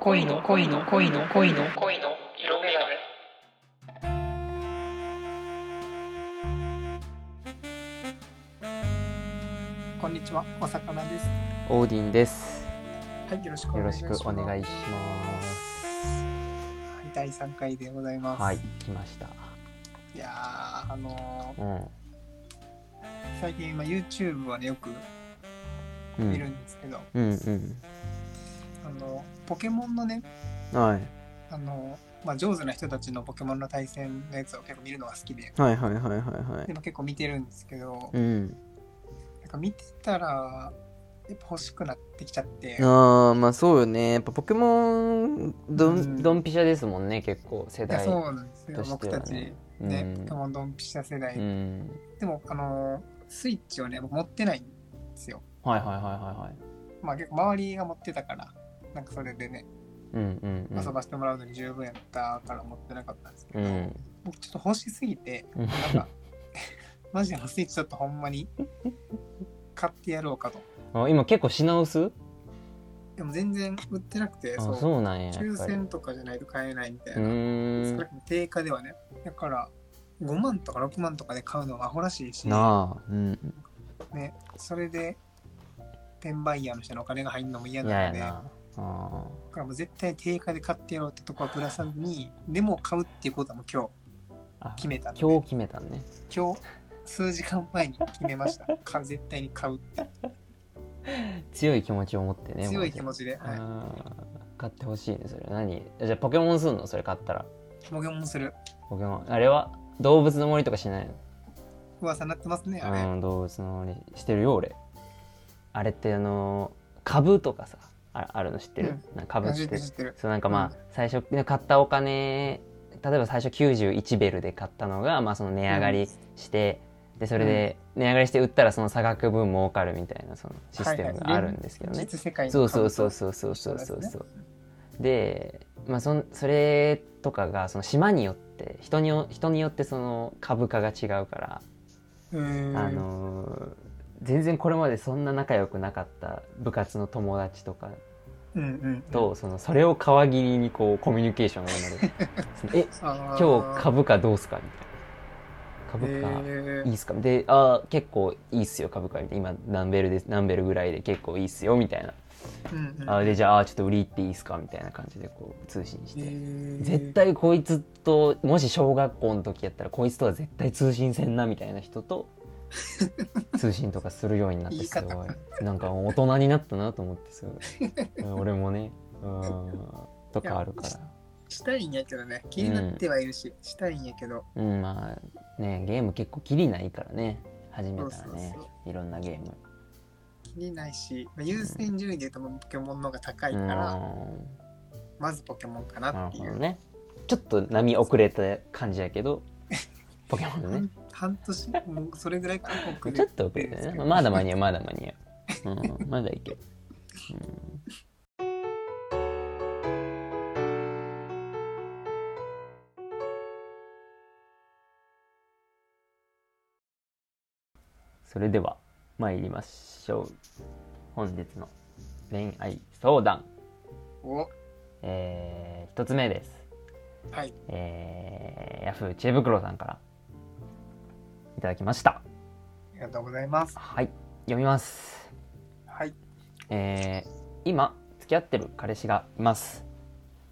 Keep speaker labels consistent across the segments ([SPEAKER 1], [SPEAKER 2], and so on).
[SPEAKER 1] 恋の恋の恋の恋の恋の色眼鏡
[SPEAKER 2] こんにちは、お魚です。
[SPEAKER 3] オーディンです。
[SPEAKER 2] はい、よろしくお願
[SPEAKER 3] よろ
[SPEAKER 2] いし
[SPEAKER 3] しく
[SPEAKER 2] ます。
[SPEAKER 3] お願
[SPEAKER 2] はい
[SPEAKER 3] します。
[SPEAKER 2] い、第三回でございます。
[SPEAKER 3] はい
[SPEAKER 2] い、
[SPEAKER 3] 来ました。
[SPEAKER 2] やー、あの
[SPEAKER 3] うん。
[SPEAKER 2] ー最近、まあ、YouTube はね、よく
[SPEAKER 3] う
[SPEAKER 2] 見る
[SPEAKER 3] ん。
[SPEAKER 2] んですけど、
[SPEAKER 3] うん
[SPEAKER 2] あの、ポケモンのね、
[SPEAKER 3] うん。はい。
[SPEAKER 2] あの、まあ、上手な人たちのポケモンの対戦のやつを結構見るのが好きで、
[SPEAKER 3] はいはいはいはいは
[SPEAKER 2] で
[SPEAKER 3] い。
[SPEAKER 2] も結構見てるんですけど、
[SPEAKER 3] うん。
[SPEAKER 2] なんか見てたら、やっぱ欲しくなってきちゃって、
[SPEAKER 3] ああ、まあそうよね。やっぱポケモン、ど
[SPEAKER 2] うん
[SPEAKER 3] ん、ドンピシャですもんね、結構、世
[SPEAKER 2] いや
[SPEAKER 3] 代。
[SPEAKER 2] そうなんですよ、
[SPEAKER 3] として
[SPEAKER 2] 僕
[SPEAKER 3] は
[SPEAKER 2] たち、ね
[SPEAKER 3] ね、うん
[SPEAKER 2] ポケモンドンピシャ世代。
[SPEAKER 3] うん。
[SPEAKER 2] でも、あのースイッチをね、僕持ってないんですよ。
[SPEAKER 3] はいはいはいはいはい。
[SPEAKER 2] まあ結構周りが持ってたから、なんかそれでね、
[SPEAKER 3] うんうんうん。
[SPEAKER 2] 遊ばせてもらうのに十分やったから持ってなかったんですけ
[SPEAKER 3] う
[SPEAKER 2] ど、
[SPEAKER 3] ん。
[SPEAKER 2] 僕ちょっと欲しすぎて、
[SPEAKER 3] う
[SPEAKER 2] な
[SPEAKER 3] ん
[SPEAKER 2] ん か、マジで欲しいちょっとほんまに買ってやろうかと。
[SPEAKER 3] あ今結構品薄
[SPEAKER 2] でも全然売ってなくて、
[SPEAKER 3] あ
[SPEAKER 2] そう
[SPEAKER 3] そうなんや。やっぱり
[SPEAKER 2] 抽選とかじゃないと買えないみたいうな、
[SPEAKER 3] ー。
[SPEAKER 2] 少なんくとも定価ではね。だから、5万とか6万とかで買うのはアホらしいし、
[SPEAKER 3] なあ。うん。
[SPEAKER 2] ね、それで、転売ヤーの人のお金が入るのも嫌
[SPEAKER 3] いや
[SPEAKER 2] な
[SPEAKER 3] や
[SPEAKER 2] ので、
[SPEAKER 3] な。あ
[SPEAKER 2] だからもう絶対定価で買ってやろうってとこはプラさずに、でも買うっていうことはもう今日
[SPEAKER 3] あ。あ
[SPEAKER 2] 決めたので、
[SPEAKER 3] 今日決めたね。
[SPEAKER 2] 今日数時間前に決めました。か絶対に買うって
[SPEAKER 3] 強い気持ちを持ってね。
[SPEAKER 2] 強い
[SPEAKER 3] まず
[SPEAKER 2] 気持ちで、はい
[SPEAKER 3] あー買ってほしいねそれ何じゃあポケモンすんのそれ買ったら
[SPEAKER 2] もげもんする
[SPEAKER 3] ポケモンあれは動物の森とかしないの
[SPEAKER 2] 噂になってますね、あれ。
[SPEAKER 3] うん動物の森してるよ俺あれってあのー株とかさああるの知ってる、なんか株
[SPEAKER 2] 知
[SPEAKER 3] っ
[SPEAKER 2] って
[SPEAKER 3] て
[SPEAKER 2] る知ってる。
[SPEAKER 3] そうなんかまあ、
[SPEAKER 2] うん
[SPEAKER 3] 最初買ったお金例えば最初91ベルで買ったのが、まあ、その値上がりして、でそれで値上がりして売ったらその差額分儲かるみたいなそのシステムがあるんですけどね、
[SPEAKER 2] 実世界の
[SPEAKER 3] そうそうそう
[SPEAKER 2] 株
[SPEAKER 3] そうそうそう
[SPEAKER 2] そ
[SPEAKER 3] そうう
[SPEAKER 2] ですね
[SPEAKER 3] そうで、まあ、そんそれとかがその島によって人によ人によってその株価が違うから、
[SPEAKER 2] とうーん
[SPEAKER 3] あのー全然これまでそんな仲良くなかった部活の友達とか
[SPEAKER 2] うんうん、
[SPEAKER 3] と、そのそれを皮切りにこうコミュニケーションが生まれるその え
[SPEAKER 2] あー
[SPEAKER 3] 今日株価どうすかみたいな株価、
[SPEAKER 2] えー
[SPEAKER 3] いいっすかで、あー結構いいっすよ、株価みたいな。今、何ベルです、何ベルぐらいで結構いいっすよ、みたいな。
[SPEAKER 2] うんうん
[SPEAKER 3] あでじゃああーちょっと売り行っていいですかみたいな感じでこう通信して、
[SPEAKER 2] えー
[SPEAKER 3] 絶対こいつともし小学校の時やったらこいつとは絶対通信せんなみたいな 人と通信とかするようになって
[SPEAKER 2] 言い
[SPEAKER 3] す
[SPEAKER 2] 方
[SPEAKER 3] ごいなんか大人になったなと思ってすご いうん俺もねうんとかあるか
[SPEAKER 2] したいんやけどね、気になってはいるし、したいんやけど、
[SPEAKER 3] らうんまあねゲーム結構キリないからね始めたらね
[SPEAKER 2] そうそう
[SPEAKER 3] いろんなゲーム
[SPEAKER 2] 気にないし、まあ、優先順位で言うともうポケモンの方が高いか
[SPEAKER 3] うん
[SPEAKER 2] ら、
[SPEAKER 3] な
[SPEAKER 2] まずポケモンかな
[SPEAKER 3] る
[SPEAKER 2] ってい
[SPEAKER 3] ほ
[SPEAKER 2] う
[SPEAKER 3] ど。ねちょっと波遅れた感じやけどポケモンのね
[SPEAKER 2] 半半年もうそれぐらいかな僕
[SPEAKER 3] ちょっと遅れてね。まあまだ間に合う、まだ間に合う。 うん、まだいける。それでは参りましょう。本日の恋愛相談。
[SPEAKER 2] お
[SPEAKER 3] えー、1つ目です。
[SPEAKER 2] はい
[SPEAKER 3] えー、ヤフー知恵袋さんからいただきました。
[SPEAKER 2] ありがとうございます
[SPEAKER 3] はい、読みます。
[SPEAKER 2] はい
[SPEAKER 3] えー今付き合ってる彼氏がいます、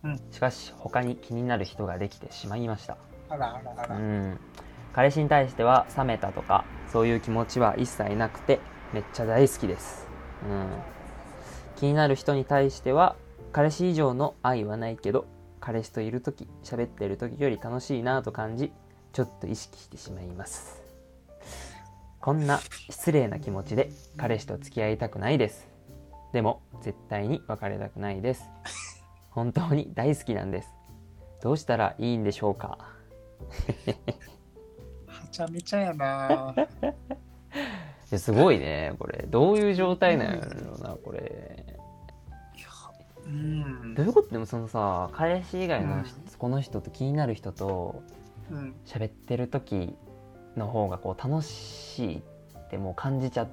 [SPEAKER 2] うん
[SPEAKER 3] しかし他に気になる人ができてしまいました、
[SPEAKER 2] あらあらあ
[SPEAKER 3] う
[SPEAKER 2] ら、
[SPEAKER 3] ん、彼氏に対しては冷めたとかそういう気持ちは一切なくてめっちゃ大好きです、うん、気になる人に対しては彼氏以上の愛はないけど彼氏といる時喋ってる時より楽しいなと感じちょっと意識してしまいますこんな失礼な気持ちで彼氏と付き合いたくないですでも絶対に別れたくないです本当に大好きなんですどうしたらいいんでしょうか
[SPEAKER 2] はちゃめちゃや な
[SPEAKER 3] いやすごいねこれどういう状態なんやろうなこれ
[SPEAKER 2] うん
[SPEAKER 3] どういうことでもそのさ彼氏以外の人、
[SPEAKER 2] う
[SPEAKER 3] この人と気になる人と
[SPEAKER 2] うん
[SPEAKER 3] 喋ってる時の方がこう楽しいってもう感じちゃっ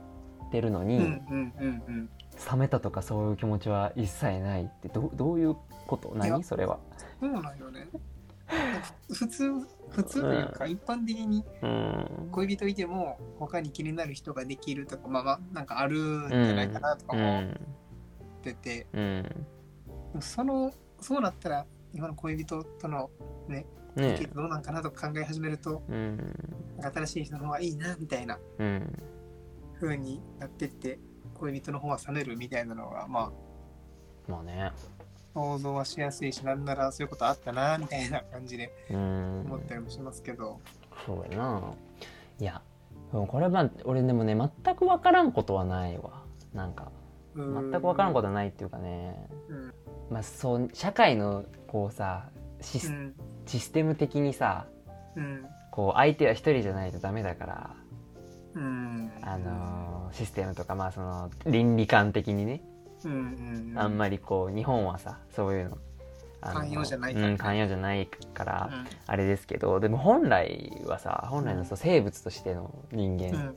[SPEAKER 3] てるのに、
[SPEAKER 2] うんうんうんうん
[SPEAKER 3] 冷めたとかそういう気持ちは一切ないってどどういうこと
[SPEAKER 2] い
[SPEAKER 3] 何
[SPEAKER 2] や
[SPEAKER 3] それは
[SPEAKER 2] そうなんよね。なんか普通、普通というか、一般的に
[SPEAKER 3] うん
[SPEAKER 2] 恋人いても、他に気になる人ができるとか、まあまあ、なんかあるんじゃないかなとか
[SPEAKER 3] う
[SPEAKER 2] 思っ
[SPEAKER 3] ん
[SPEAKER 2] てて、
[SPEAKER 3] うん
[SPEAKER 2] でもその、そうなったら、今の恋人との関係
[SPEAKER 3] ね
[SPEAKER 2] どうなんかなとか考え始めると、
[SPEAKER 3] うん
[SPEAKER 2] なんか新しい人の方がいいな、みたいな
[SPEAKER 3] うん
[SPEAKER 2] 風になってって、恋人の方は冷めるみたいなのが、まあ、
[SPEAKER 3] まあね
[SPEAKER 2] 想像はしやすいし、なんならそういうことあったな、みたいな感じで
[SPEAKER 3] うん
[SPEAKER 2] 思ったりもしますけど、。
[SPEAKER 3] そうやないやうんこれはまあ俺でもね全く分からんことはないわなんか全く分からんこととはないっていうかね
[SPEAKER 2] うん
[SPEAKER 3] まあそう社会のこうさシ
[SPEAKER 2] う
[SPEAKER 3] ス
[SPEAKER 2] ん。
[SPEAKER 3] システム的にさ
[SPEAKER 2] うん。
[SPEAKER 3] こう相手は一人じゃないとダメだから
[SPEAKER 2] うん。
[SPEAKER 3] あのーシステムとかまあその倫理観的にね
[SPEAKER 2] うんうんうん、
[SPEAKER 3] あんまりこう日本はさそういうのあの
[SPEAKER 2] 寛容じゃないから
[SPEAKER 3] うん寛容じゃないからあれですけどでも本来はさ本来のそう生物としての人
[SPEAKER 2] うんう
[SPEAKER 3] 間
[SPEAKER 2] ん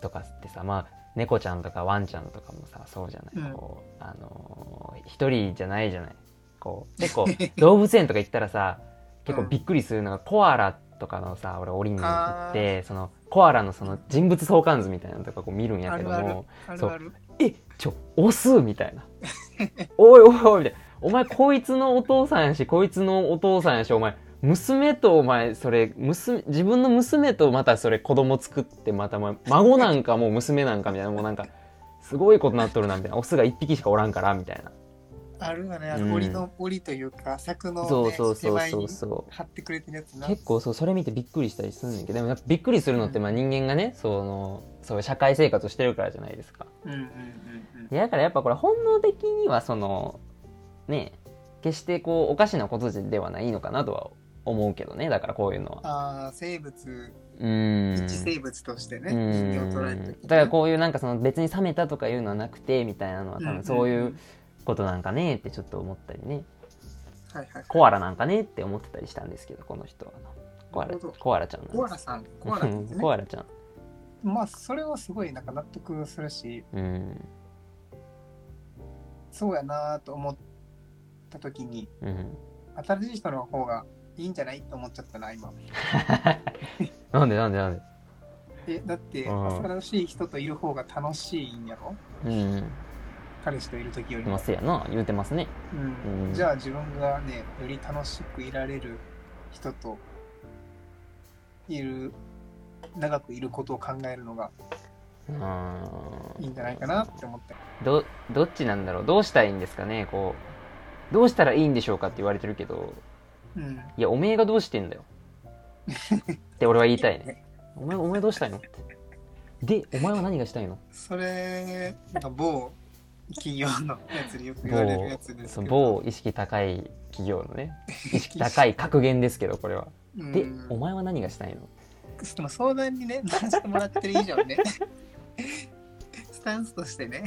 [SPEAKER 3] とかってさまあ猫ちゃんとかワンちゃんとかもさそうじゃない、
[SPEAKER 2] うん
[SPEAKER 3] こうあのー一人じゃないじゃないこ う結構動物園とか行ったらさ結構びっくりするのがコアラとかのさ俺檻に行ってそのコアラのその人物相関図みたいなのとかこう見るんやけども
[SPEAKER 2] あるあるある
[SPEAKER 3] えちょオスみたいなおいおいおいみたいなお前こいつのお父さんやしこいつのお父さんやしお前娘とお前それ娘自分の娘とまたそれ子供作ってまたお前孫なんかもう娘なんかみたいなもうなんかすごいことなっとるなみたいなオスが1匹しかおらんからみたいな
[SPEAKER 2] あるよねあ
[SPEAKER 3] うん
[SPEAKER 2] の檻の檻というか柵の、ね、
[SPEAKER 3] そうそう
[SPEAKER 2] 手
[SPEAKER 3] そう
[SPEAKER 2] 前
[SPEAKER 3] そ
[SPEAKER 2] に
[SPEAKER 3] うそう
[SPEAKER 2] 貼ってくれてるやつな
[SPEAKER 3] 結構そうそれ見てびっくりしたりするんだけどでもやっぱびっくりするのってまあ人間がねそのそういう社会生活をしてるからじゃないですか
[SPEAKER 2] うんうん
[SPEAKER 3] いやだからやっぱこれ本能的にはそのね決してこうおかしなことではないのかなとは思うけどねだからこういうのは
[SPEAKER 2] ああ生物
[SPEAKER 3] うーん
[SPEAKER 2] 一生物としてね
[SPEAKER 3] うーん
[SPEAKER 2] 人間を捉えてる時ね
[SPEAKER 3] だからこういうなんかその別に冷めたとかいうのはなくてみたいなのは多分そうい
[SPEAKER 2] んん
[SPEAKER 3] うことなんかねってちょっと思ったりね
[SPEAKER 2] はいはいはい
[SPEAKER 3] コアラなんかねって思ってたりしたんですけどこの人はコア
[SPEAKER 2] な
[SPEAKER 3] ラ
[SPEAKER 2] るほど
[SPEAKER 3] コアラちゃんなんです
[SPEAKER 2] コアラさんコアラです
[SPEAKER 3] うんコ
[SPEAKER 2] ね
[SPEAKER 3] アラちゃん
[SPEAKER 2] まあそれはすごいなんか納得するし
[SPEAKER 3] うん
[SPEAKER 2] そうやなと思った時に
[SPEAKER 3] うん
[SPEAKER 2] 新しい人の方がいいんじゃないと思っちゃったな今
[SPEAKER 3] なんでなんでなんで
[SPEAKER 2] えだって
[SPEAKER 3] うん
[SPEAKER 2] 新しい人といる方が楽しいんやろ
[SPEAKER 3] うん
[SPEAKER 2] 彼氏といる時よりも
[SPEAKER 3] まあ、せやな言うてますね
[SPEAKER 2] うん
[SPEAKER 3] うん
[SPEAKER 2] じゃあ自分がねより楽しくいられる人といる長くいることを考えるのが
[SPEAKER 3] うん
[SPEAKER 2] いいんじゃないかなって思って
[SPEAKER 3] どどっちなんだろうどうしたらいいんですかねこうどうしたらいいんでしょうかって言われてるけど
[SPEAKER 2] うん
[SPEAKER 3] いやおめえがどうしてんだよって俺は言いたいねお前お前どうしたいのってでお前は何がしたいの
[SPEAKER 2] それなんか某企業のやつでよく言われるやつです
[SPEAKER 3] 某
[SPEAKER 2] けど
[SPEAKER 3] 某意識高い企業のね意識高い格言ですけどこれは
[SPEAKER 2] うん
[SPEAKER 3] でお前は何がしたいの
[SPEAKER 2] その相談にね乗じてもらってる以上ねスタンスとしてね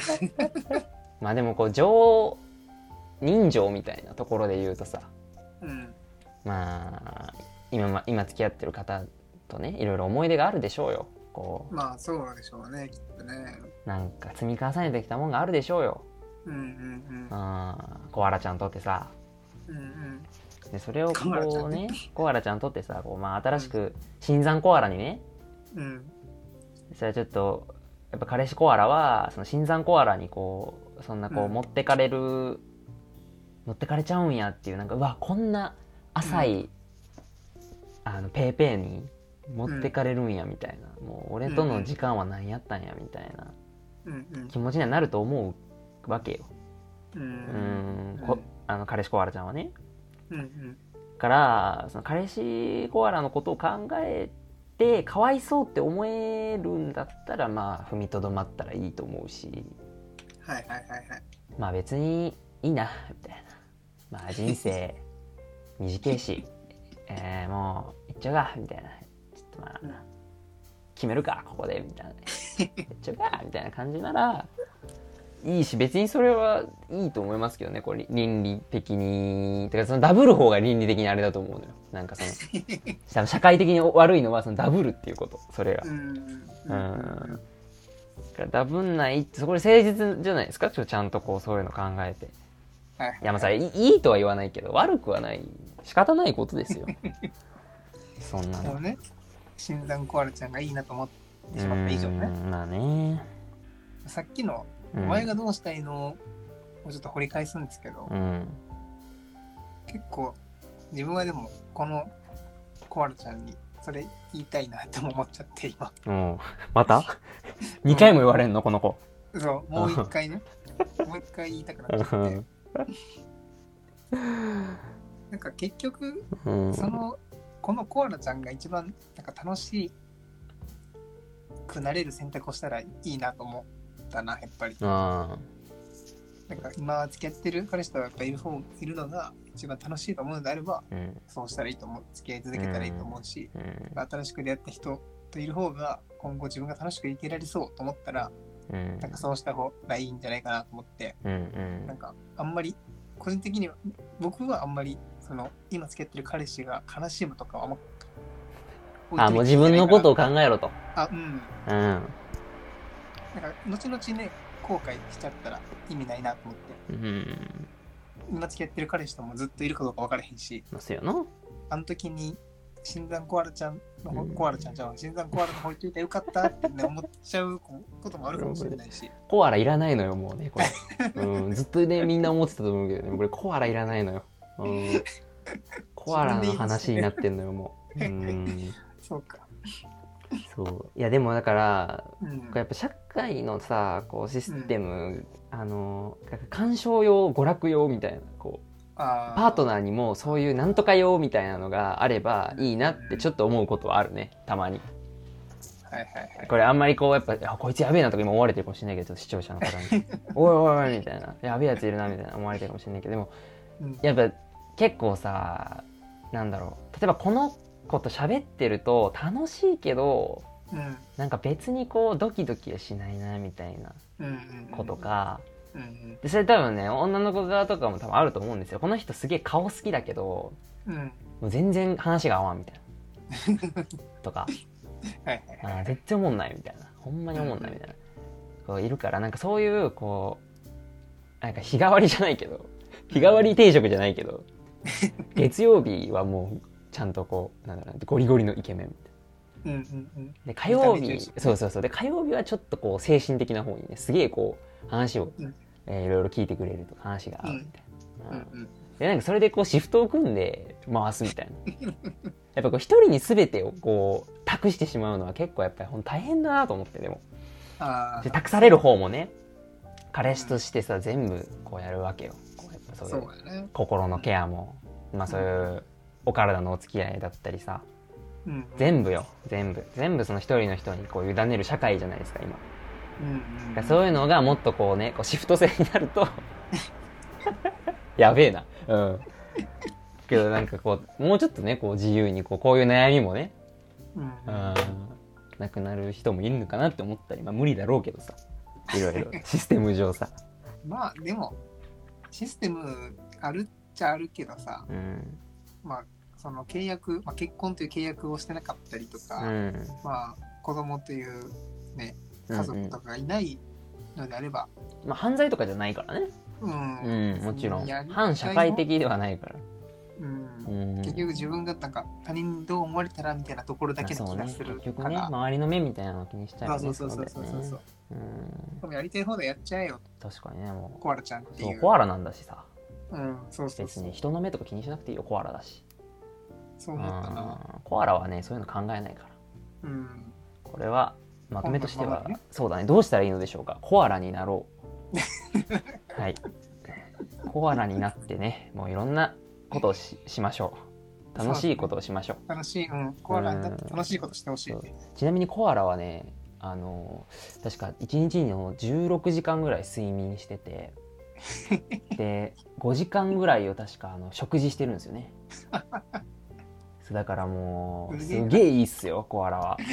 [SPEAKER 3] まあでもこう情人情みたいなところで言うとさ
[SPEAKER 2] うん
[SPEAKER 3] まあ今ま今付き合ってる方とねいろいろ思い出があるでしょうよこう
[SPEAKER 2] まあそうでしょうねきっとね
[SPEAKER 3] なんか積み重ねてきたもんがあるでしょうよ。
[SPEAKER 2] うん
[SPEAKER 3] うん、コアラちゃんとってさ。
[SPEAKER 2] うんうんうん
[SPEAKER 3] で、それを
[SPEAKER 2] コアラちゃ
[SPEAKER 3] こ
[SPEAKER 2] ん
[SPEAKER 3] うね
[SPEAKER 2] ね、
[SPEAKER 3] コアラちゃんとってさ、こう、まあ、新しく、新参コアラにね、
[SPEAKER 2] うんうん
[SPEAKER 3] それはちょっと、やっぱ彼氏コアラは、その新参コアラにこう、そんなこう、
[SPEAKER 2] うん
[SPEAKER 3] 持ってかれる、持ってかれちゃうんやっていう、なんか、うわ、こんな浅い、あの、ペーペーに持ってかれるんや、みたいな。もう、俺との時間は何やったんや、みたいな
[SPEAKER 2] うんうん
[SPEAKER 3] 気持ちにはなると思うわけよ。
[SPEAKER 2] う
[SPEAKER 3] うんん、こあの、彼氏コアラちゃんはね。
[SPEAKER 2] うんうん
[SPEAKER 3] からその彼氏コアラのことを考えてかわいそうって思えるんだったらまあ踏みとどまったらいいと思うし
[SPEAKER 2] はいはいはいはい
[SPEAKER 3] まあ別にいいなみたいなまあ人生短いし、 えーもう行っちゃうかみたいなちょっとまあ
[SPEAKER 2] うん
[SPEAKER 3] 決めるかここでみたいな行っちゃうかみたいな感じならいいし別にそれはいいと思いますけどねこれ倫理的にてかそのダブる方が倫理的にあれだと思うのよなんかその多分社会的に悪いのはそのダブるっていうことそれが
[SPEAKER 2] うんうんうん
[SPEAKER 3] うんからダブんないってそこで誠実じゃないですかちょちゃんとこうそういうの考えて
[SPEAKER 2] はいはい
[SPEAKER 3] いやまあさいいいとは言わないけど悪くはない仕方ないことです よそんな
[SPEAKER 2] で
[SPEAKER 3] の
[SPEAKER 2] もね、新山コアラちゃんがいいなと思ってしまった以上
[SPEAKER 3] う
[SPEAKER 2] ね。
[SPEAKER 3] ーんまあね
[SPEAKER 2] さっきの、
[SPEAKER 3] う
[SPEAKER 2] お
[SPEAKER 3] ん
[SPEAKER 2] 前がどうしたいのをちょっと掘り返すんですけど、
[SPEAKER 3] うん
[SPEAKER 2] 結構、自分はでも、このコアラちゃんに、それ言いたいなっても思っちゃって、今。
[SPEAKER 3] もう また2回も言われんのこの子
[SPEAKER 2] そう、もう一回 ね。もう一回言いたくなっち
[SPEAKER 3] う
[SPEAKER 2] ゃって
[SPEAKER 3] ん。
[SPEAKER 2] なんか結局、
[SPEAKER 3] うん
[SPEAKER 2] その、このコアラちゃんが一番、なんか楽しくなれる選択をしたらいいなと思ったな、やっぱり。
[SPEAKER 3] あ
[SPEAKER 2] なんか今付き合ってる彼氏とやっぱいる方いるのが一番楽しいと思うのであれば
[SPEAKER 3] ーうん
[SPEAKER 2] そうしたらいいと思う付き合い続けたらいいと思うし、
[SPEAKER 3] うん
[SPEAKER 2] 新しく出会った人といる方が今後自分が楽しく生きられそうと思ったら
[SPEAKER 3] うん
[SPEAKER 2] なんかそうした方がいいんじゃないかなと思って
[SPEAKER 3] うんう
[SPEAKER 2] なん
[SPEAKER 3] ん
[SPEAKER 2] かあんまり個人的には僕はあんまりその今付き合ってる彼氏が悲しむとかはあんま
[SPEAKER 3] あもう自分のことを考
[SPEAKER 2] え
[SPEAKER 3] えろと
[SPEAKER 2] あうん
[SPEAKER 3] うん
[SPEAKER 2] なんか後々ね後悔しちゃったら意味ないなと思って
[SPEAKER 3] うん
[SPEAKER 2] 今付き合ってる彼氏ともずっといるかどうか分からへんし
[SPEAKER 3] ますよな
[SPEAKER 2] あの時に、新山コアラちゃんの方、
[SPEAKER 3] うん
[SPEAKER 2] コアラちゃんじゃん、新山コアラの方行っといてよかったって、ね、思っちゃうこともあるかもしれないし、
[SPEAKER 3] コアラいらないのよもうねこれ、うん、ずっとねみんな思ってたと思うけどねこれコアラいらないのよ、うん、コアラの話になってんのよもう、うん、
[SPEAKER 2] そうか。
[SPEAKER 3] そういやでもだから
[SPEAKER 2] うん。
[SPEAKER 3] やっぱ社会のさこうシステム、あのなんか鑑賞用娯楽用みたいなこう
[SPEAKER 2] あ
[SPEAKER 3] パート
[SPEAKER 2] ー
[SPEAKER 3] ナーにもそういうなんとか用みたいなのがあればいいなってちょっと思うことはあるねたまに
[SPEAKER 2] はいはいはい。
[SPEAKER 3] これあんまりこうやっぱあこいつやべえなとか今思われてるかもしれないけど視聴者の方 においおいおいみたいなやべえやついるなみたいな思われてるかもしれないけどでも
[SPEAKER 2] うん、
[SPEAKER 3] やっぱ結構さなんだろう例えばこの子と喋ってると楽しいけど
[SPEAKER 2] うん。
[SPEAKER 3] なんか別にこうドキドキはしないなみたいな
[SPEAKER 2] うんうん。
[SPEAKER 3] 子と。か
[SPEAKER 2] うんうん。
[SPEAKER 3] でそれ多分ね女の子側とかも多分あると思うんですよこの人すげえ顔好きだけど
[SPEAKER 2] うん。
[SPEAKER 3] もう全然話が合わんみたいな とか
[SPEAKER 2] はいはい。
[SPEAKER 3] あー絶対思んないみたいなほんまに思んないみたいな子いるからなんかそういうこうなんか日替わりじゃないけど 日替わり定食じゃないけど月曜日はもうちゃんとこうなんだろうなゴリゴリのイケメンみた
[SPEAKER 2] うん
[SPEAKER 3] い
[SPEAKER 2] うんうん。
[SPEAKER 3] なで火曜
[SPEAKER 2] 見た目重
[SPEAKER 3] 日
[SPEAKER 2] 視
[SPEAKER 3] そうそうそうで火曜日はちょっとこう精神的な方にねすげえこう話を、
[SPEAKER 2] うん
[SPEAKER 3] えーいろいろ聞いてくれるとか話が合うみたいな、
[SPEAKER 2] う
[SPEAKER 3] うん
[SPEAKER 2] んうん。
[SPEAKER 3] でなんかそれでこうシフトを組んで回すみたいなやっぱこう一人に全てをこう託してしまうのは結構やっぱりほんと大変だなと思ってでも
[SPEAKER 2] あ
[SPEAKER 3] で
[SPEAKER 2] あ。
[SPEAKER 3] 託される方もね彼氏としてさ全部こうやるわけよこうやっぱそう
[SPEAKER 2] そ
[SPEAKER 3] いうう
[SPEAKER 2] だね。
[SPEAKER 3] 心のケアも、まあそういうお体のお付き合いだったりさ
[SPEAKER 2] うんうん。
[SPEAKER 3] 全部よ全部全部その一人の人にこう委ねる社会じゃないですか今
[SPEAKER 2] うんうん
[SPEAKER 3] だからそういうのがもっとこうねこうシフト制にな るとやべえなうんけどなんかこうもうちょっとねこう自由にこうこういう悩みもね、
[SPEAKER 2] うんうん。
[SPEAKER 3] うん
[SPEAKER 2] は、
[SPEAKER 3] なくなる人もいるのかなって思ったりまあ無理だろうけどさいろい ろシステム上さ
[SPEAKER 2] まあ、でも、システムあるっちゃあるけどさ、
[SPEAKER 3] うん
[SPEAKER 2] まあ、その契約、まあ、結婚という契約をしてなかったりとか、
[SPEAKER 3] うん
[SPEAKER 2] まあ、子供という、ね、
[SPEAKER 3] うん
[SPEAKER 2] 家族とかがいないのであれば、
[SPEAKER 3] まあ犯罪とかじゃないからね
[SPEAKER 2] うん
[SPEAKER 3] うんもちろん
[SPEAKER 2] やりたいの
[SPEAKER 3] 反社会的ではないから
[SPEAKER 2] うん
[SPEAKER 3] うん
[SPEAKER 2] 結局自分がなんか他人にどう思われたらみたいなところだけの気
[SPEAKER 3] まあ
[SPEAKER 2] が
[SPEAKER 3] そう
[SPEAKER 2] す
[SPEAKER 3] ね
[SPEAKER 2] る
[SPEAKER 3] 結局
[SPEAKER 2] か
[SPEAKER 3] ね
[SPEAKER 2] ら、
[SPEAKER 3] 周りの目みたいなの気にしちゃうよね
[SPEAKER 2] そうそうそうそうそう
[SPEAKER 3] そ
[SPEAKER 2] そうう、
[SPEAKER 3] だよねうん
[SPEAKER 2] でもやりたい方でやっちゃえよ
[SPEAKER 3] 確かにねもう
[SPEAKER 2] コアラちゃんって
[SPEAKER 3] そ
[SPEAKER 2] いうう
[SPEAKER 3] コアラなんだしさ
[SPEAKER 2] うんそうそう
[SPEAKER 3] 別
[SPEAKER 2] そう
[SPEAKER 3] に人の目とか気にしなくていいよコアラだし
[SPEAKER 2] そう思ったな
[SPEAKER 3] うんコアラはねそういうの考えないから
[SPEAKER 2] うん
[SPEAKER 3] これはまとめとし
[SPEAKER 2] ま
[SPEAKER 3] て
[SPEAKER 2] あま
[SPEAKER 3] は
[SPEAKER 2] あまあね
[SPEAKER 3] そうだねどうしたらいいのでしょうかコアラになろ うはいコアラになってねもういろんなことをししましょう楽しいことをしましょう
[SPEAKER 2] 楽しい、うん、コアラになって楽しいことしてほしい
[SPEAKER 3] そうちなみにコアラはねあの確か1日にも16時間ぐらい睡眠し ててで5時間ぐらいを確かあの食事してるんです よねそうだからもう
[SPEAKER 2] す
[SPEAKER 3] す
[SPEAKER 2] げえな
[SPEAKER 3] げえいいっすよコアラは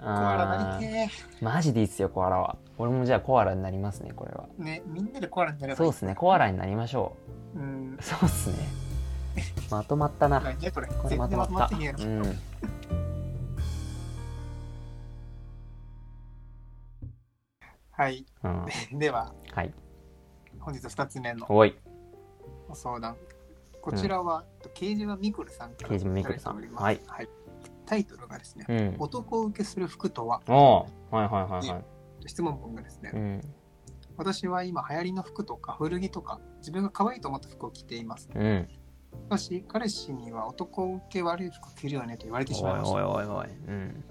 [SPEAKER 2] コアラなり
[SPEAKER 3] あ
[SPEAKER 2] て
[SPEAKER 3] ーマジでいいっすよコアラは俺もじゃあコアラになりますねこれは
[SPEAKER 2] ーねみんなでコアラになれば
[SPEAKER 3] そうっすねコアラになりましょ
[SPEAKER 2] うん
[SPEAKER 3] う そう っすねまとまったな
[SPEAKER 2] なんじゃこれ
[SPEAKER 3] これ
[SPEAKER 2] 全
[SPEAKER 3] ま
[SPEAKER 2] 然
[SPEAKER 3] とま
[SPEAKER 2] ま
[SPEAKER 3] っ
[SPEAKER 2] とまって
[SPEAKER 3] た
[SPEAKER 2] へんやろ
[SPEAKER 3] うん
[SPEAKER 2] はい。
[SPEAKER 3] うん。
[SPEAKER 2] では、
[SPEAKER 3] はい。
[SPEAKER 2] 本日2つ目の
[SPEAKER 3] おい。
[SPEAKER 2] ご相談。こちらは、刑事はミクルさんから
[SPEAKER 3] 刑事はミクルさん
[SPEAKER 2] いただいております
[SPEAKER 3] はい
[SPEAKER 2] はい。タイトルがですね、
[SPEAKER 3] うん。
[SPEAKER 2] 男受けする服とは
[SPEAKER 3] おーはいはいはいはい。
[SPEAKER 2] 質問文がですね、
[SPEAKER 3] うん。
[SPEAKER 2] 私は今流行りの服とか古着とか自分が可愛いと思った服を着ています。
[SPEAKER 3] うん。
[SPEAKER 2] しかし、彼氏には男受け悪い服着るよねと言われてし
[SPEAKER 3] おい
[SPEAKER 2] まいまし
[SPEAKER 3] おい
[SPEAKER 2] た。
[SPEAKER 3] おいおい。うん。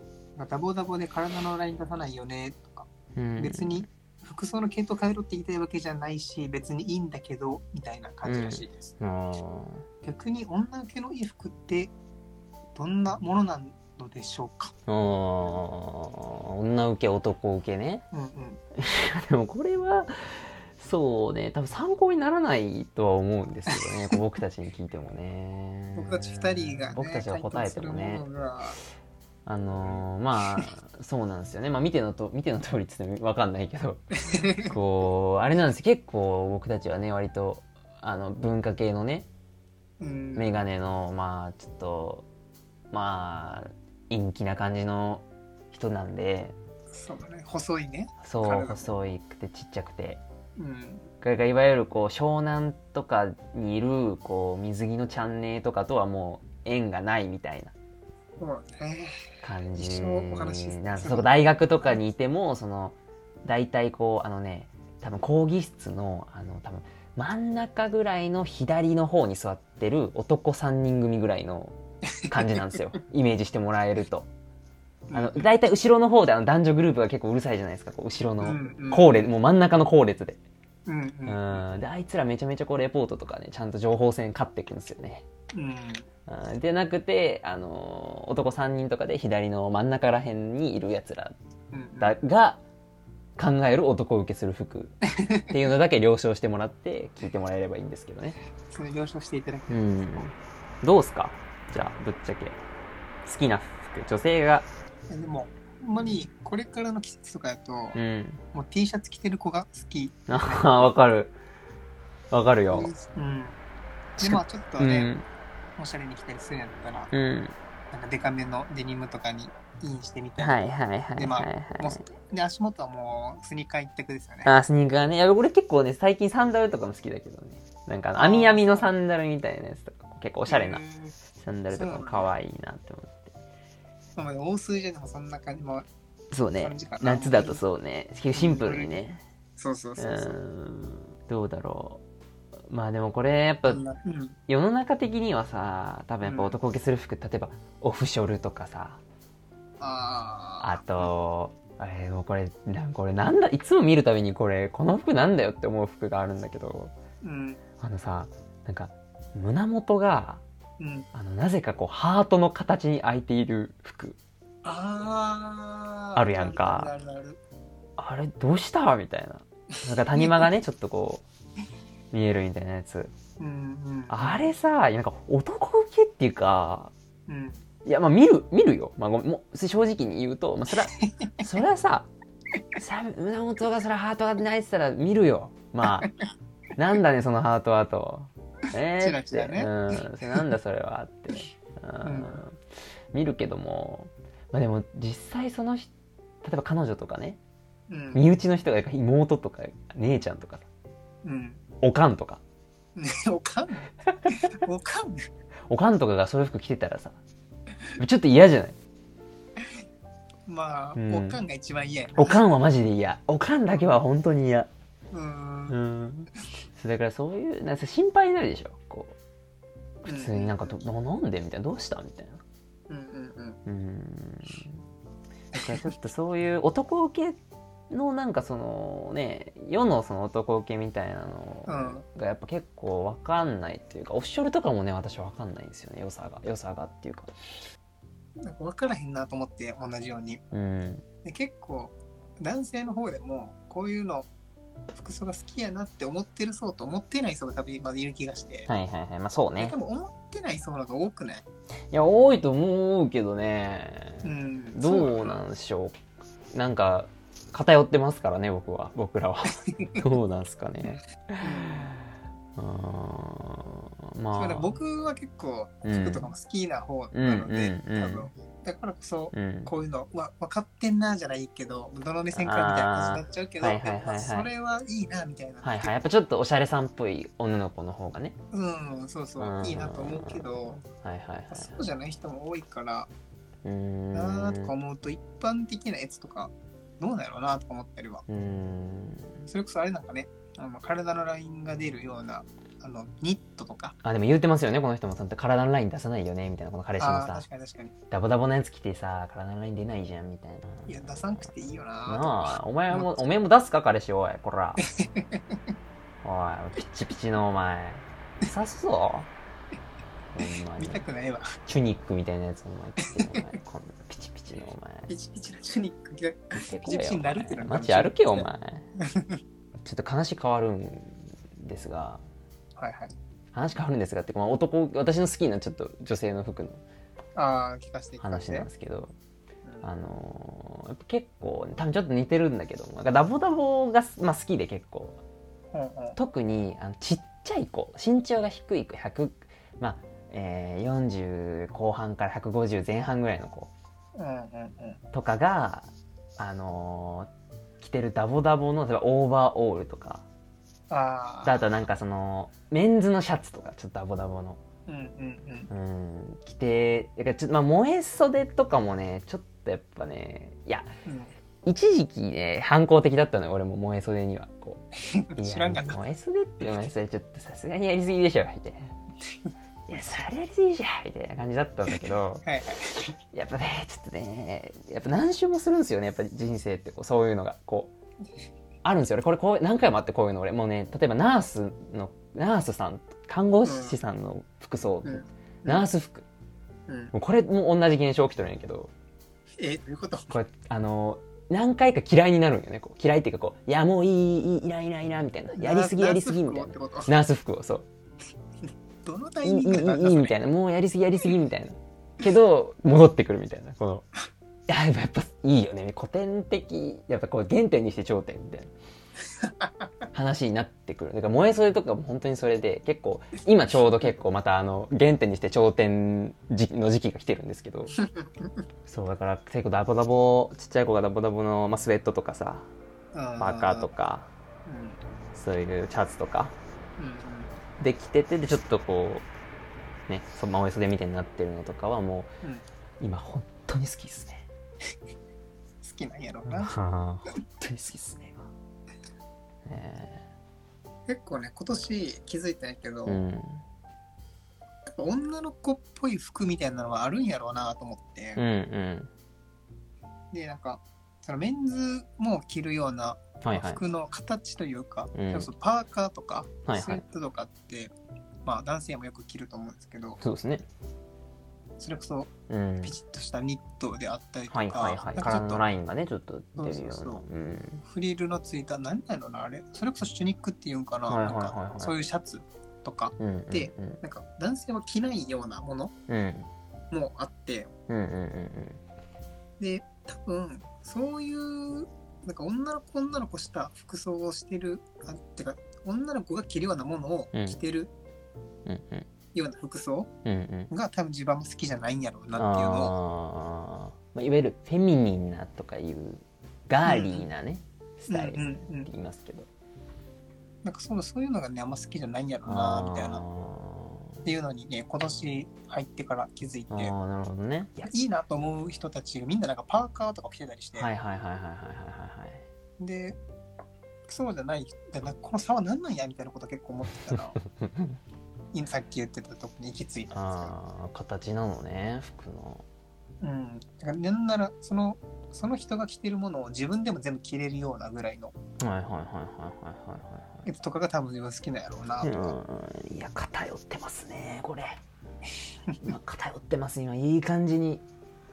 [SPEAKER 2] ダボダボで体のライン出さないよねとか、
[SPEAKER 3] うん、
[SPEAKER 2] 別に服装の系統変えろって言いたいわけじゃないし、別にいいんだけどみたいな感じらしいです。
[SPEAKER 3] あー
[SPEAKER 2] 逆に女受けのいい服ってどんなものなのでしょうか、
[SPEAKER 3] あー女受け男受けね
[SPEAKER 2] うんうん、
[SPEAKER 3] でもこれはそうね多分参考にならないとは思うんですけどね こう僕たちに聞いてもね
[SPEAKER 2] 僕たち2人が、ね、
[SPEAKER 3] 僕たちが答えても
[SPEAKER 2] 回
[SPEAKER 3] ね
[SPEAKER 2] 答するものが
[SPEAKER 3] あのーまあそうなんですよねまあ見てのと見 ての通りっつっても分かんない けどこうあれなんです結構僕たちはね割とあの文化系のね
[SPEAKER 2] うん
[SPEAKER 3] メガネのまあちょっとまあ陰気な感じの人なんで
[SPEAKER 2] そうだね細いね、
[SPEAKER 3] そう
[SPEAKER 2] 体が
[SPEAKER 3] 細いくてちっちゃくて
[SPEAKER 2] うん、
[SPEAKER 3] これがいわゆるこう湘南とかにいるこう水着のチャンネルとかとはもう縁がないみたいな
[SPEAKER 2] そうだね
[SPEAKER 3] 感じ
[SPEAKER 2] 一生お話しする
[SPEAKER 3] なんですそこ大学とかにいてもその大体こうあのね多分講義室のあの多分真ん中ぐらいの左の方に座ってる男3人組ぐらいの感じなんです よイメージしてもらえるとあの大体後ろの方であの男女グループが結構うるさいじゃないですかこう後ろ
[SPEAKER 2] うん
[SPEAKER 3] の
[SPEAKER 2] うん
[SPEAKER 3] 後列もう真ん中の後列で
[SPEAKER 2] うんう
[SPEAKER 3] うんんであいつらめちゃめちゃこうレポートとかねちゃんと情報戦勝っていくんですよね
[SPEAKER 2] うん
[SPEAKER 3] うんでなくて、あのー男3人とかで左の真ん中らへんにいるやつら
[SPEAKER 2] うん
[SPEAKER 3] だが考える男受けする服っていうのだけ了承してもらって聞いてもらえればいいんですけどね。
[SPEAKER 2] それ了承していただき
[SPEAKER 3] うん、どうすかじゃあぶっちゃけ好きな服女性が、
[SPEAKER 2] でもほんまにこれからの季節とかやと、
[SPEAKER 3] うん、
[SPEAKER 2] もう T シャツ着てる子が好き
[SPEAKER 3] あーわかるわかるよ。
[SPEAKER 2] うんでまあちょっと
[SPEAKER 3] う
[SPEAKER 2] ね、
[SPEAKER 3] ん
[SPEAKER 2] おしゃれに着たりするんやったら、
[SPEAKER 3] うん、
[SPEAKER 2] なんかデカめのデニムとかにインしてみたり、
[SPEAKER 3] はいはいはいはい
[SPEAKER 2] でまあ
[SPEAKER 3] はい
[SPEAKER 2] もう。で足元はもうスニーカー一択ですよね。
[SPEAKER 3] あースニーカーねいや俺結構ね最近サンダルとかも好きだけどねなんかあの網網のサンダルみたいなやつとか結構おしゃれな
[SPEAKER 2] うん
[SPEAKER 3] サンダルとかも可愛いなって思って
[SPEAKER 2] まあまあ大数字でもそんな感じも
[SPEAKER 3] そうね
[SPEAKER 2] 感じかな
[SPEAKER 3] 夏だとそうね結構シンプルにね
[SPEAKER 2] そうそう
[SPEAKER 3] う
[SPEAKER 2] そうそう。
[SPEAKER 3] んどうだろうまあでもこれやっぱ
[SPEAKER 2] そんなうん
[SPEAKER 3] 世の中的にはさ多分やっぱ
[SPEAKER 2] うん
[SPEAKER 3] 男受けする服例えばオフショルとかさあ
[SPEAKER 2] あ
[SPEAKER 3] とあれもうこれなんこれなんだいつも見るたびにこれこの服なんだよって思う服があるんだけど
[SPEAKER 2] ーうん
[SPEAKER 3] あのさなんか胸元が
[SPEAKER 2] うん
[SPEAKER 3] あのなぜかこうハートの形に開いている服
[SPEAKER 2] あー
[SPEAKER 3] あるやんか
[SPEAKER 2] あるあるある
[SPEAKER 3] あれどうしたみたいななんか谷間が ねちょっとこう見えるみたいなやつ
[SPEAKER 2] うんうん
[SPEAKER 3] あれさなんか男受けっていうか
[SPEAKER 2] うん
[SPEAKER 3] いやまあ見る見るよ、まあ、ごめんもう正直に言うと、まあ、 そりゃそりゃささ胸元がそりゃハートが泣いてたら見るよまあなんだねそのハートはとえ
[SPEAKER 2] チラチラね
[SPEAKER 3] うんそれなんだそれはって、うん
[SPEAKER 2] うん
[SPEAKER 3] 見るけども、まあ、でも実際その人例えば彼女とかね
[SPEAKER 2] うん
[SPEAKER 3] 身内の人が妹とか姉ちゃんとか
[SPEAKER 2] うん
[SPEAKER 3] おかんとか
[SPEAKER 2] ねおかん おかん
[SPEAKER 3] おかんとかがそういう服着てたらさちょっと嫌じゃない
[SPEAKER 2] まあ
[SPEAKER 3] う
[SPEAKER 2] お
[SPEAKER 3] ん
[SPEAKER 2] かんが一番嫌や
[SPEAKER 3] おかんはマジで嫌おかんだけは本当に嫌
[SPEAKER 2] う
[SPEAKER 3] うんんそうだからそういうなんか心配になるでしょこう普通になんかどななんでみたいなどうしたみたいな
[SPEAKER 2] うんうんうん
[SPEAKER 3] うんだからちょっとそういう男受けのなんかそのね世のその男受けみたいなのがやっぱ結構わかんないっていうかオフショルとかもね私わかんないんですよね良さが良さがっていうか
[SPEAKER 2] なんか分からへんなと思って同じように
[SPEAKER 3] うん
[SPEAKER 2] で結構男性の方でもこういうの服装が好きやなって思ってる層と思ってない層が多分まだいる気がして、
[SPEAKER 3] はいはいはいまあそうね
[SPEAKER 2] 多分思ってない層の方が多くない、
[SPEAKER 3] いや多いと思うけどね
[SPEAKER 2] うん、
[SPEAKER 3] どうなんでしょうなんか偏ってますからね僕は 僕らはどうなんすかねう
[SPEAKER 2] そ
[SPEAKER 3] ーん
[SPEAKER 2] う
[SPEAKER 3] ま
[SPEAKER 2] だから
[SPEAKER 3] あ
[SPEAKER 2] 僕は結構服とかも好きな方なので、
[SPEAKER 3] うんうんうんうん
[SPEAKER 2] 多分だからこそ、
[SPEAKER 3] うん。
[SPEAKER 2] こういうの、わ分かってんなじゃないけど、泥にせんかみたいな感じになっちゃうけど、
[SPEAKER 3] あーはいはいはいはい
[SPEAKER 2] でもまあそれはいいなみたいな。
[SPEAKER 3] はいはい。やっぱちょっとおしゃれさんっぽい女の子の方がね。
[SPEAKER 2] うん、そうそうう、
[SPEAKER 3] ん
[SPEAKER 2] いいなと思うけど、
[SPEAKER 3] はいはいはい。
[SPEAKER 2] そうじゃない人も多いから、
[SPEAKER 3] うーん。
[SPEAKER 2] なーとか思うと、一般的なやつとか、どうだろうなとか思ったりは。
[SPEAKER 3] うーん。
[SPEAKER 2] それこそあれなんかね、あの体のラインが出るような、あのニットとか、
[SPEAKER 3] あ、でも言うてますよね、この人も。ちゃんと体のライン出さないよね、みたいな。この彼氏も
[SPEAKER 2] あー
[SPEAKER 3] さ
[SPEAKER 2] 確、かに確かに。
[SPEAKER 3] ダボダボなやつ着てさ、体のライン出ないじゃん、みたい
[SPEAKER 2] い
[SPEAKER 3] な。
[SPEAKER 2] や、出さんくていいよなーとか。
[SPEAKER 3] なあ、お前も、おめえも出すか、彼氏、おい、こら。おい、ピッチピチのお前。刺すぞ。ほんま
[SPEAKER 2] 見
[SPEAKER 3] に
[SPEAKER 2] たくないわ。
[SPEAKER 3] チュニックみたいなやつお前着てお前こんなピチピチのお前
[SPEAKER 2] ピチピチのチュニック着て
[SPEAKER 3] ピ
[SPEAKER 2] ピチピチになるってなんだ
[SPEAKER 3] 街歩けよお 前ちょっと話変わるんですが
[SPEAKER 2] はいはい。
[SPEAKER 3] 話変わるんですがってまあ男私の好きなちょっと女性の服の
[SPEAKER 2] ああ、聞かせて聞かせ
[SPEAKER 3] 話
[SPEAKER 2] て。
[SPEAKER 3] なんですけど
[SPEAKER 2] うん
[SPEAKER 3] あのーやっぱ結構多分ちょっと似てるんだけどなんかダボダボが、まあ、好きで結構
[SPEAKER 2] うんうん
[SPEAKER 3] 特にあのちっちゃい子身長が低い子100まあ、えー40後半から150前半ぐらいの子
[SPEAKER 2] うんうん
[SPEAKER 3] とかが、あのー着てるダボダボの例えばオーバーオールとか
[SPEAKER 2] うん。あ
[SPEAKER 3] あ
[SPEAKER 2] あ。
[SPEAKER 3] とはなんかそのメンズのシャツとかちょっとダボダボの、
[SPEAKER 2] うんうんうん。
[SPEAKER 3] うん、着てだからちょっとまあ萌え袖とかもねちょっとやっぱねいや一時期ね反抗的だったのよ俺も萌え袖にはこ
[SPEAKER 2] う
[SPEAKER 3] う
[SPEAKER 2] ん、
[SPEAKER 3] い
[SPEAKER 2] 知ら
[SPEAKER 3] や
[SPEAKER 2] んかった。
[SPEAKER 3] 萌え袖ってお前それちょっとさすがにやりすぎでしょみたい な。いやそれやりすぎじゃんみたいな感じだったんだけ ど
[SPEAKER 2] はいはい。
[SPEAKER 3] やっぱねちょっとねやっぱ何周もするんですよねやっぱ人生ってこうそういうのがこうあるんですよ俺これこう何回もあってこういうの俺もうね例えばナースのナースさん看護師さんの服装、
[SPEAKER 2] うん
[SPEAKER 3] ナース服
[SPEAKER 2] うん、
[SPEAKER 3] もうこれも同じ現象起きてるんやけど
[SPEAKER 2] え、どういうこと
[SPEAKER 3] これあの何回か嫌いになるんよねこう嫌いっていうかこういやもういいいいいらんいらんいらんみたいなやりすぎ
[SPEAKER 2] な
[SPEAKER 3] やりすぎみたい
[SPEAKER 2] ナース
[SPEAKER 3] な
[SPEAKER 2] 服をってこと
[SPEAKER 3] ナース服をそう
[SPEAKER 2] どのタイ
[SPEAKER 3] いいい
[SPEAKER 2] ミ
[SPEAKER 3] い
[SPEAKER 2] ングでなんだ
[SPEAKER 3] いい
[SPEAKER 2] そ
[SPEAKER 3] み
[SPEAKER 2] れ
[SPEAKER 3] たいなもうやりすぎやりすぎみたいなけど戻ってくるみたいなこのいややっぱいいよね古典的やっぱこう原点にして頂点みたいな話になってくるだから燃え袖とかも本当にそれで結構今ちょうど結構またあの原点にして頂点時の時期が来てるんですけどそうだから結構ダボダボちっちゃい子がダボダボの、まあ、スウェットとかさパーカーとか
[SPEAKER 2] うんうん
[SPEAKER 3] そういうシャツとかできててでちょっとこうねそのおよそでみたいになってるのとかはも
[SPEAKER 2] うんうん、好
[SPEAKER 3] う今本当に好きですね
[SPEAKER 2] きなんやろうな。
[SPEAKER 3] 本当に好きですね今ね
[SPEAKER 2] 結構ね、今年気づいたんやけど、
[SPEAKER 3] えう
[SPEAKER 2] やっ
[SPEAKER 3] ん
[SPEAKER 2] ぱ女の子っぽい服みたいなのはあるんやろうなと思って、
[SPEAKER 3] うんうん
[SPEAKER 2] で、なんか、そのメンズも着るような
[SPEAKER 3] はいはい
[SPEAKER 2] 服の形というか、
[SPEAKER 3] うん
[SPEAKER 2] それこそパーカーとか、
[SPEAKER 3] はい
[SPEAKER 2] スウ
[SPEAKER 3] は
[SPEAKER 2] ェッ
[SPEAKER 3] い
[SPEAKER 2] トとかって、まあ男性もよく着ると思うんですけど、
[SPEAKER 3] そうですね
[SPEAKER 2] それこそ
[SPEAKER 3] うん
[SPEAKER 2] ピチッとしたニットであったりとか、
[SPEAKER 3] はいはいはい
[SPEAKER 2] なんかち
[SPEAKER 3] 体
[SPEAKER 2] ょっ
[SPEAKER 3] の
[SPEAKER 2] と
[SPEAKER 3] ラインがねちょっと出るよ
[SPEAKER 2] そうう
[SPEAKER 3] な
[SPEAKER 2] そう
[SPEAKER 3] うん
[SPEAKER 2] フリルのついた何なのなあれそれこそシュニックっていうんかな,、
[SPEAKER 3] はいはいはいはい
[SPEAKER 2] なんかそういうシャツとか
[SPEAKER 3] うんうん
[SPEAKER 2] で
[SPEAKER 3] うん
[SPEAKER 2] なんか男性は着ないようなもの
[SPEAKER 3] うん
[SPEAKER 2] もあって
[SPEAKER 3] うんうんうん
[SPEAKER 2] で多分そういうなんか女の子女の子した服装をしてるあてか女の子が着るようなものを
[SPEAKER 3] うん
[SPEAKER 2] 着てる
[SPEAKER 3] うんうんうん
[SPEAKER 2] ような服装
[SPEAKER 3] うんうん
[SPEAKER 2] が多分自分も好きじゃないんやろう
[SPEAKER 3] あ
[SPEAKER 2] なっていうのを
[SPEAKER 3] あーまあいわゆるフェミニンなとかいうガーリーなねスタイルっ
[SPEAKER 2] うん
[SPEAKER 3] て
[SPEAKER 2] うんうん、
[SPEAKER 3] 言いますけど
[SPEAKER 2] なんかそうそういうのがねあんま好きじゃないんやろうなみたいな
[SPEAKER 3] あ
[SPEAKER 2] っ
[SPEAKER 3] ー
[SPEAKER 2] ていうのにね今年入ってから気づいて
[SPEAKER 3] あーなるほどね。
[SPEAKER 2] いいなと思う人たちがみんななんかパーカーとか着てたりして、
[SPEAKER 3] はいはいはいはいはいはい
[SPEAKER 2] でそうじゃないでなんかこの差は何なんやみたいなこと結構思ってた ら
[SPEAKER 3] は いはい。
[SPEAKER 2] 今さっき言ってたとこに行き着いたんで
[SPEAKER 3] ああ形なのね服
[SPEAKER 2] す
[SPEAKER 3] の。
[SPEAKER 2] よ。うん、だからなんならそのその人が着てるものを自分でも全部着れるようなぐらいの
[SPEAKER 3] はいはいはいはいはい
[SPEAKER 2] やつとかが多分自分好きなんやろうな
[SPEAKER 3] はい
[SPEAKER 2] とか、
[SPEAKER 3] はい。うんいや偏ってますねこれ。今偏ってます今いい感じに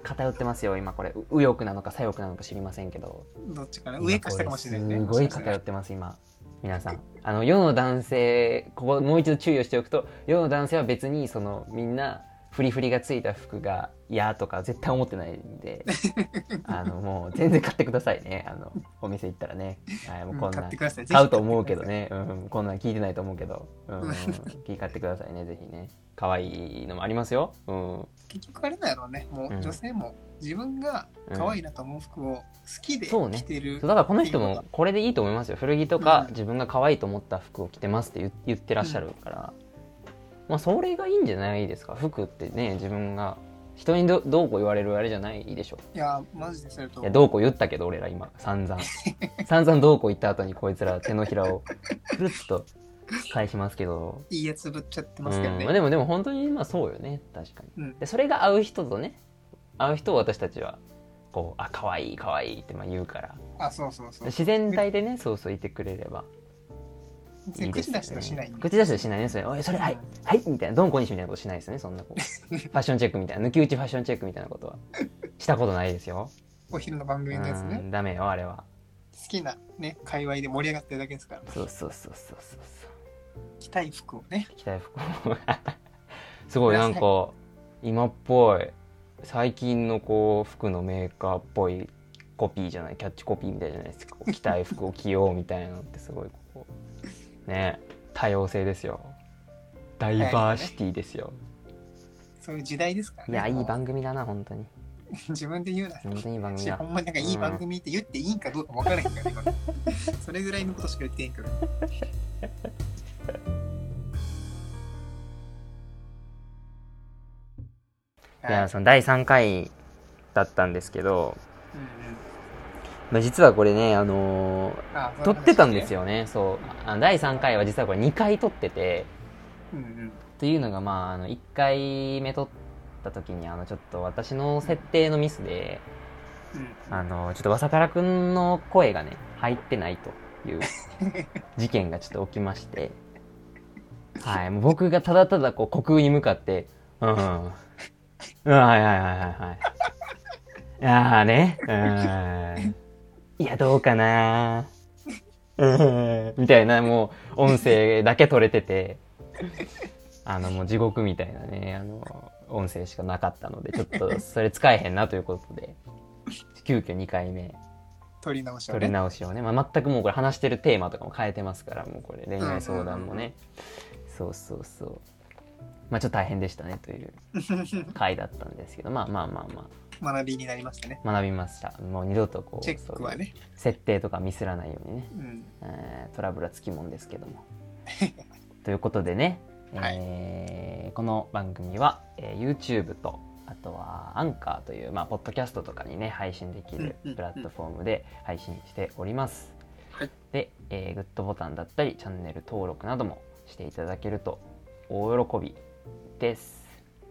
[SPEAKER 3] 偏ってますよ今これう右翼なのか左翼なのか知りませんけど。
[SPEAKER 2] どっちかな上か下かもしれないね。
[SPEAKER 3] すごい
[SPEAKER 2] もしかした
[SPEAKER 3] 偏
[SPEAKER 2] ら
[SPEAKER 3] ってます今皆さんあの世の男性ここもう一度注意をしておくと世の男性は別にそのみんなフリフリがついた服が嫌とか絶対思ってないんで あのもう全然買ってくださいねあのお店行ったらね、はい、もうこん
[SPEAKER 2] 買
[SPEAKER 3] な
[SPEAKER 2] ってください。
[SPEAKER 3] 買うと思うけど
[SPEAKER 2] ぜ
[SPEAKER 3] ね、うん、こんなん聞いてないと思うけど、うん、 聞買ってくださいねぜひね可愛いのもありますよ、うん、
[SPEAKER 2] ひ買ってください。結局あれだろうね。もう
[SPEAKER 3] うん
[SPEAKER 2] 女性も自分が可愛いなと思う服を好きで
[SPEAKER 3] そうね
[SPEAKER 2] 着てる。
[SPEAKER 3] そうだからこの人
[SPEAKER 2] っていうの
[SPEAKER 3] も
[SPEAKER 2] が
[SPEAKER 3] これでいいと思いますよ古着とか
[SPEAKER 2] うん
[SPEAKER 3] 自分が可愛いと思った服を着てますって言言ってらっしゃるから、まあそれがいいんじゃないですか服ってね自分が人にどどうこう言われるあれじゃないでしょ
[SPEAKER 2] いや、マジでそれと
[SPEAKER 3] いやどうこう言ったけど俺ら今 散々散々どうこう言った後にこいつら手のひらをくるっと返しますけど
[SPEAKER 2] いいやつぶっちゃってますけど
[SPEAKER 3] うん
[SPEAKER 2] ね。
[SPEAKER 3] まあでもでも本当にまあそうよね確かに
[SPEAKER 2] うん
[SPEAKER 3] でそれが合う人とね合う人を私たちはこうあ可愛い可愛いってまあ言うから
[SPEAKER 2] あ、そうそうそう。
[SPEAKER 3] 自然体でねそうそういてくれればいいで
[SPEAKER 2] 口
[SPEAKER 3] す、
[SPEAKER 2] 出
[SPEAKER 3] ね、
[SPEAKER 2] しとしないんで。
[SPEAKER 3] 口出しとしないねそれおいそれはいはいみたいなどんこにしみたいなことしないですねそん なこうファッションチェックみたいな抜き打ちファッションチェックみたいなことはしたことないですよ、
[SPEAKER 2] お昼の番組のやつ
[SPEAKER 3] う
[SPEAKER 2] ね。
[SPEAKER 3] んダメよあれは
[SPEAKER 2] 好きなね、界隈で盛り上がってるだけですから。
[SPEAKER 3] そうそうそうそうそうそ
[SPEAKER 2] 着たい服をね。
[SPEAKER 3] う着たい服もすごいなんか今っぽい最近のこう服のメーカーっぽいコピーじゃないキャッチコピーみたいじゃないですかこう着たい服を着ようみたいなのってすごいこうね多様性ですよダイバーシティですよ、
[SPEAKER 2] そういう時代ですからね。
[SPEAKER 3] いや、い
[SPEAKER 2] もう
[SPEAKER 3] い番組だな、本当に。
[SPEAKER 2] 自分で言うな。
[SPEAKER 3] 本当にいい番組
[SPEAKER 2] し
[SPEAKER 3] だ
[SPEAKER 2] ほ。んまになんかいい番組って言っていいんかどうか分からへんから、今 それぐらいのことしか言ってへんから。
[SPEAKER 3] いや、
[SPEAKER 2] はい
[SPEAKER 3] その第3回だったんですけど、
[SPEAKER 2] うんうん
[SPEAKER 3] まあ、実はこれね、あのー
[SPEAKER 2] あ
[SPEAKER 3] 撮ってたんです
[SPEAKER 2] よ。
[SPEAKER 3] よね、そう。あ第3回は実はこれ2回撮ってて、
[SPEAKER 2] うんうん
[SPEAKER 3] というのが、まあ、あの1回目撮った時に、あの、ちょっと私の設定のミスで、あの、ちょっとわさからくんの声がね、入ってないという事件がちょっと起きまして、はい、もう僕がただただこう、虚空に向かって、うん、うん、うんはいはいはいはいはい。ああね、うん。いや、どうかなうん、みたいな、もう、音声だけ取れてて、あの、もう地獄みたいなね、あの、音声しかなかったので、ちょっとそれ使えへんなということで、急遽2回目
[SPEAKER 2] 撮り直し
[SPEAKER 3] 撮
[SPEAKER 2] は
[SPEAKER 3] り
[SPEAKER 2] ね。
[SPEAKER 3] 直しをね、まあ、全くもうこれ話してるテーマとかも変えてますからもうこれ恋愛相談もね、そうそうそうまあちょっと大変でしたねという回だったんですけどまあまあまあ ま
[SPEAKER 2] 学びになりましたね。
[SPEAKER 3] あ学びましたもう二度とこう
[SPEAKER 2] チェックはね。
[SPEAKER 3] そういう設定とかミスらないようにね、
[SPEAKER 2] うん。
[SPEAKER 3] えートラブルはつきもんで すけどもということでね、
[SPEAKER 2] はい
[SPEAKER 3] えーこの番組は、えー YouTube とあとはアンカーという、まあ、ポッドキャストとかにね配信できる
[SPEAKER 2] うんうんうん
[SPEAKER 3] プラットフォームで配信しております、
[SPEAKER 2] はい
[SPEAKER 3] で、えーグッドボタンだったりチャンネル登録などもしていただけると大喜びです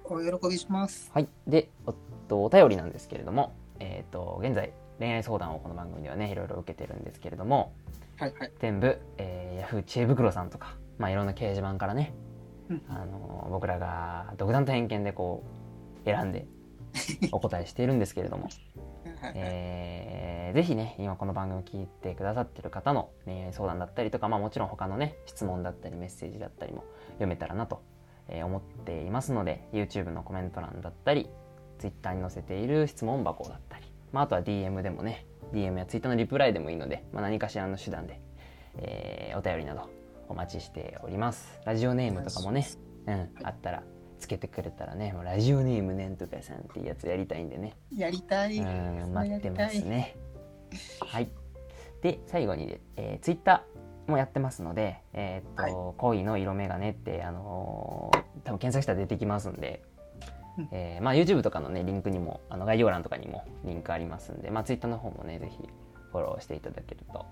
[SPEAKER 2] お喜びします。
[SPEAKER 3] はい、でおっとお便りなんですけれども、えー、と現在恋愛相談をこの番組ではねいろいろ受けてるんですけれども
[SPEAKER 2] はいはい。
[SPEAKER 3] 全部、えー、ヤフー知恵袋さんとか、まあ、いろんな掲示板からね、
[SPEAKER 2] うん
[SPEAKER 3] あのー僕らが独断と偏見でこう選んでお答えしているんですけれども、
[SPEAKER 2] はいはい
[SPEAKER 3] えーぜひね今この番組を聞いてくださってる方の恋愛相談だったりとか、まあ、もちろん他のね質問だったりメッセージだったりも読めたらなとえー思っていますので YouTube のコメント欄だったり Twitter に載せている質問箱だったり、まあ、あとは DM でもね DM や Twitter のリプライでもいいので、まあ、何かしらの手段で、えーお便りなどお待ちしておりますラジオネームとかもね、うん、あったらつけてくれたらねもうラジオネームなんとかさんっていうやつやりたいんでね
[SPEAKER 2] やりたい。
[SPEAKER 3] うん、待ってますね。はい。で、最後に、えー、ツイッターもやってますので、えーっと、恋の色眼鏡って、あのー多分検索したら出てきますんで、
[SPEAKER 2] うん
[SPEAKER 3] えーまあ、YouTube とかのね、リンクにも、あの概要欄とかにもリンクありますんで、まあ、ツイッターの方もね、ぜひフォローしていただけると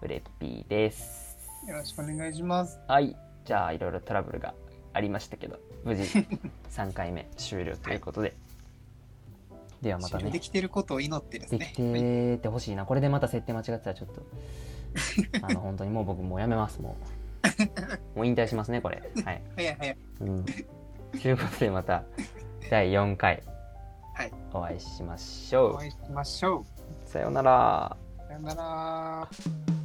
[SPEAKER 3] 嬉しいです。
[SPEAKER 2] よろしくお願いします。
[SPEAKER 3] はい。じゃあ、いろいろトラブルがありましたけど、無 事3回目終了ということで、ではまた
[SPEAKER 2] 終了
[SPEAKER 3] ね
[SPEAKER 2] で。きてることを祈ってです
[SPEAKER 3] で
[SPEAKER 2] ね
[SPEAKER 3] き。ててほしいなこれでまた設定間違ってたらちょっ とあの本当にもう僕もうやめますもうもう引退しますね これはい、
[SPEAKER 2] 早い早い。
[SPEAKER 3] うん、ということで また第4回
[SPEAKER 2] はい
[SPEAKER 3] お会いしまし
[SPEAKER 2] お
[SPEAKER 3] ょ
[SPEAKER 2] 会いしましょ
[SPEAKER 3] うさようなら
[SPEAKER 2] う。さよなら。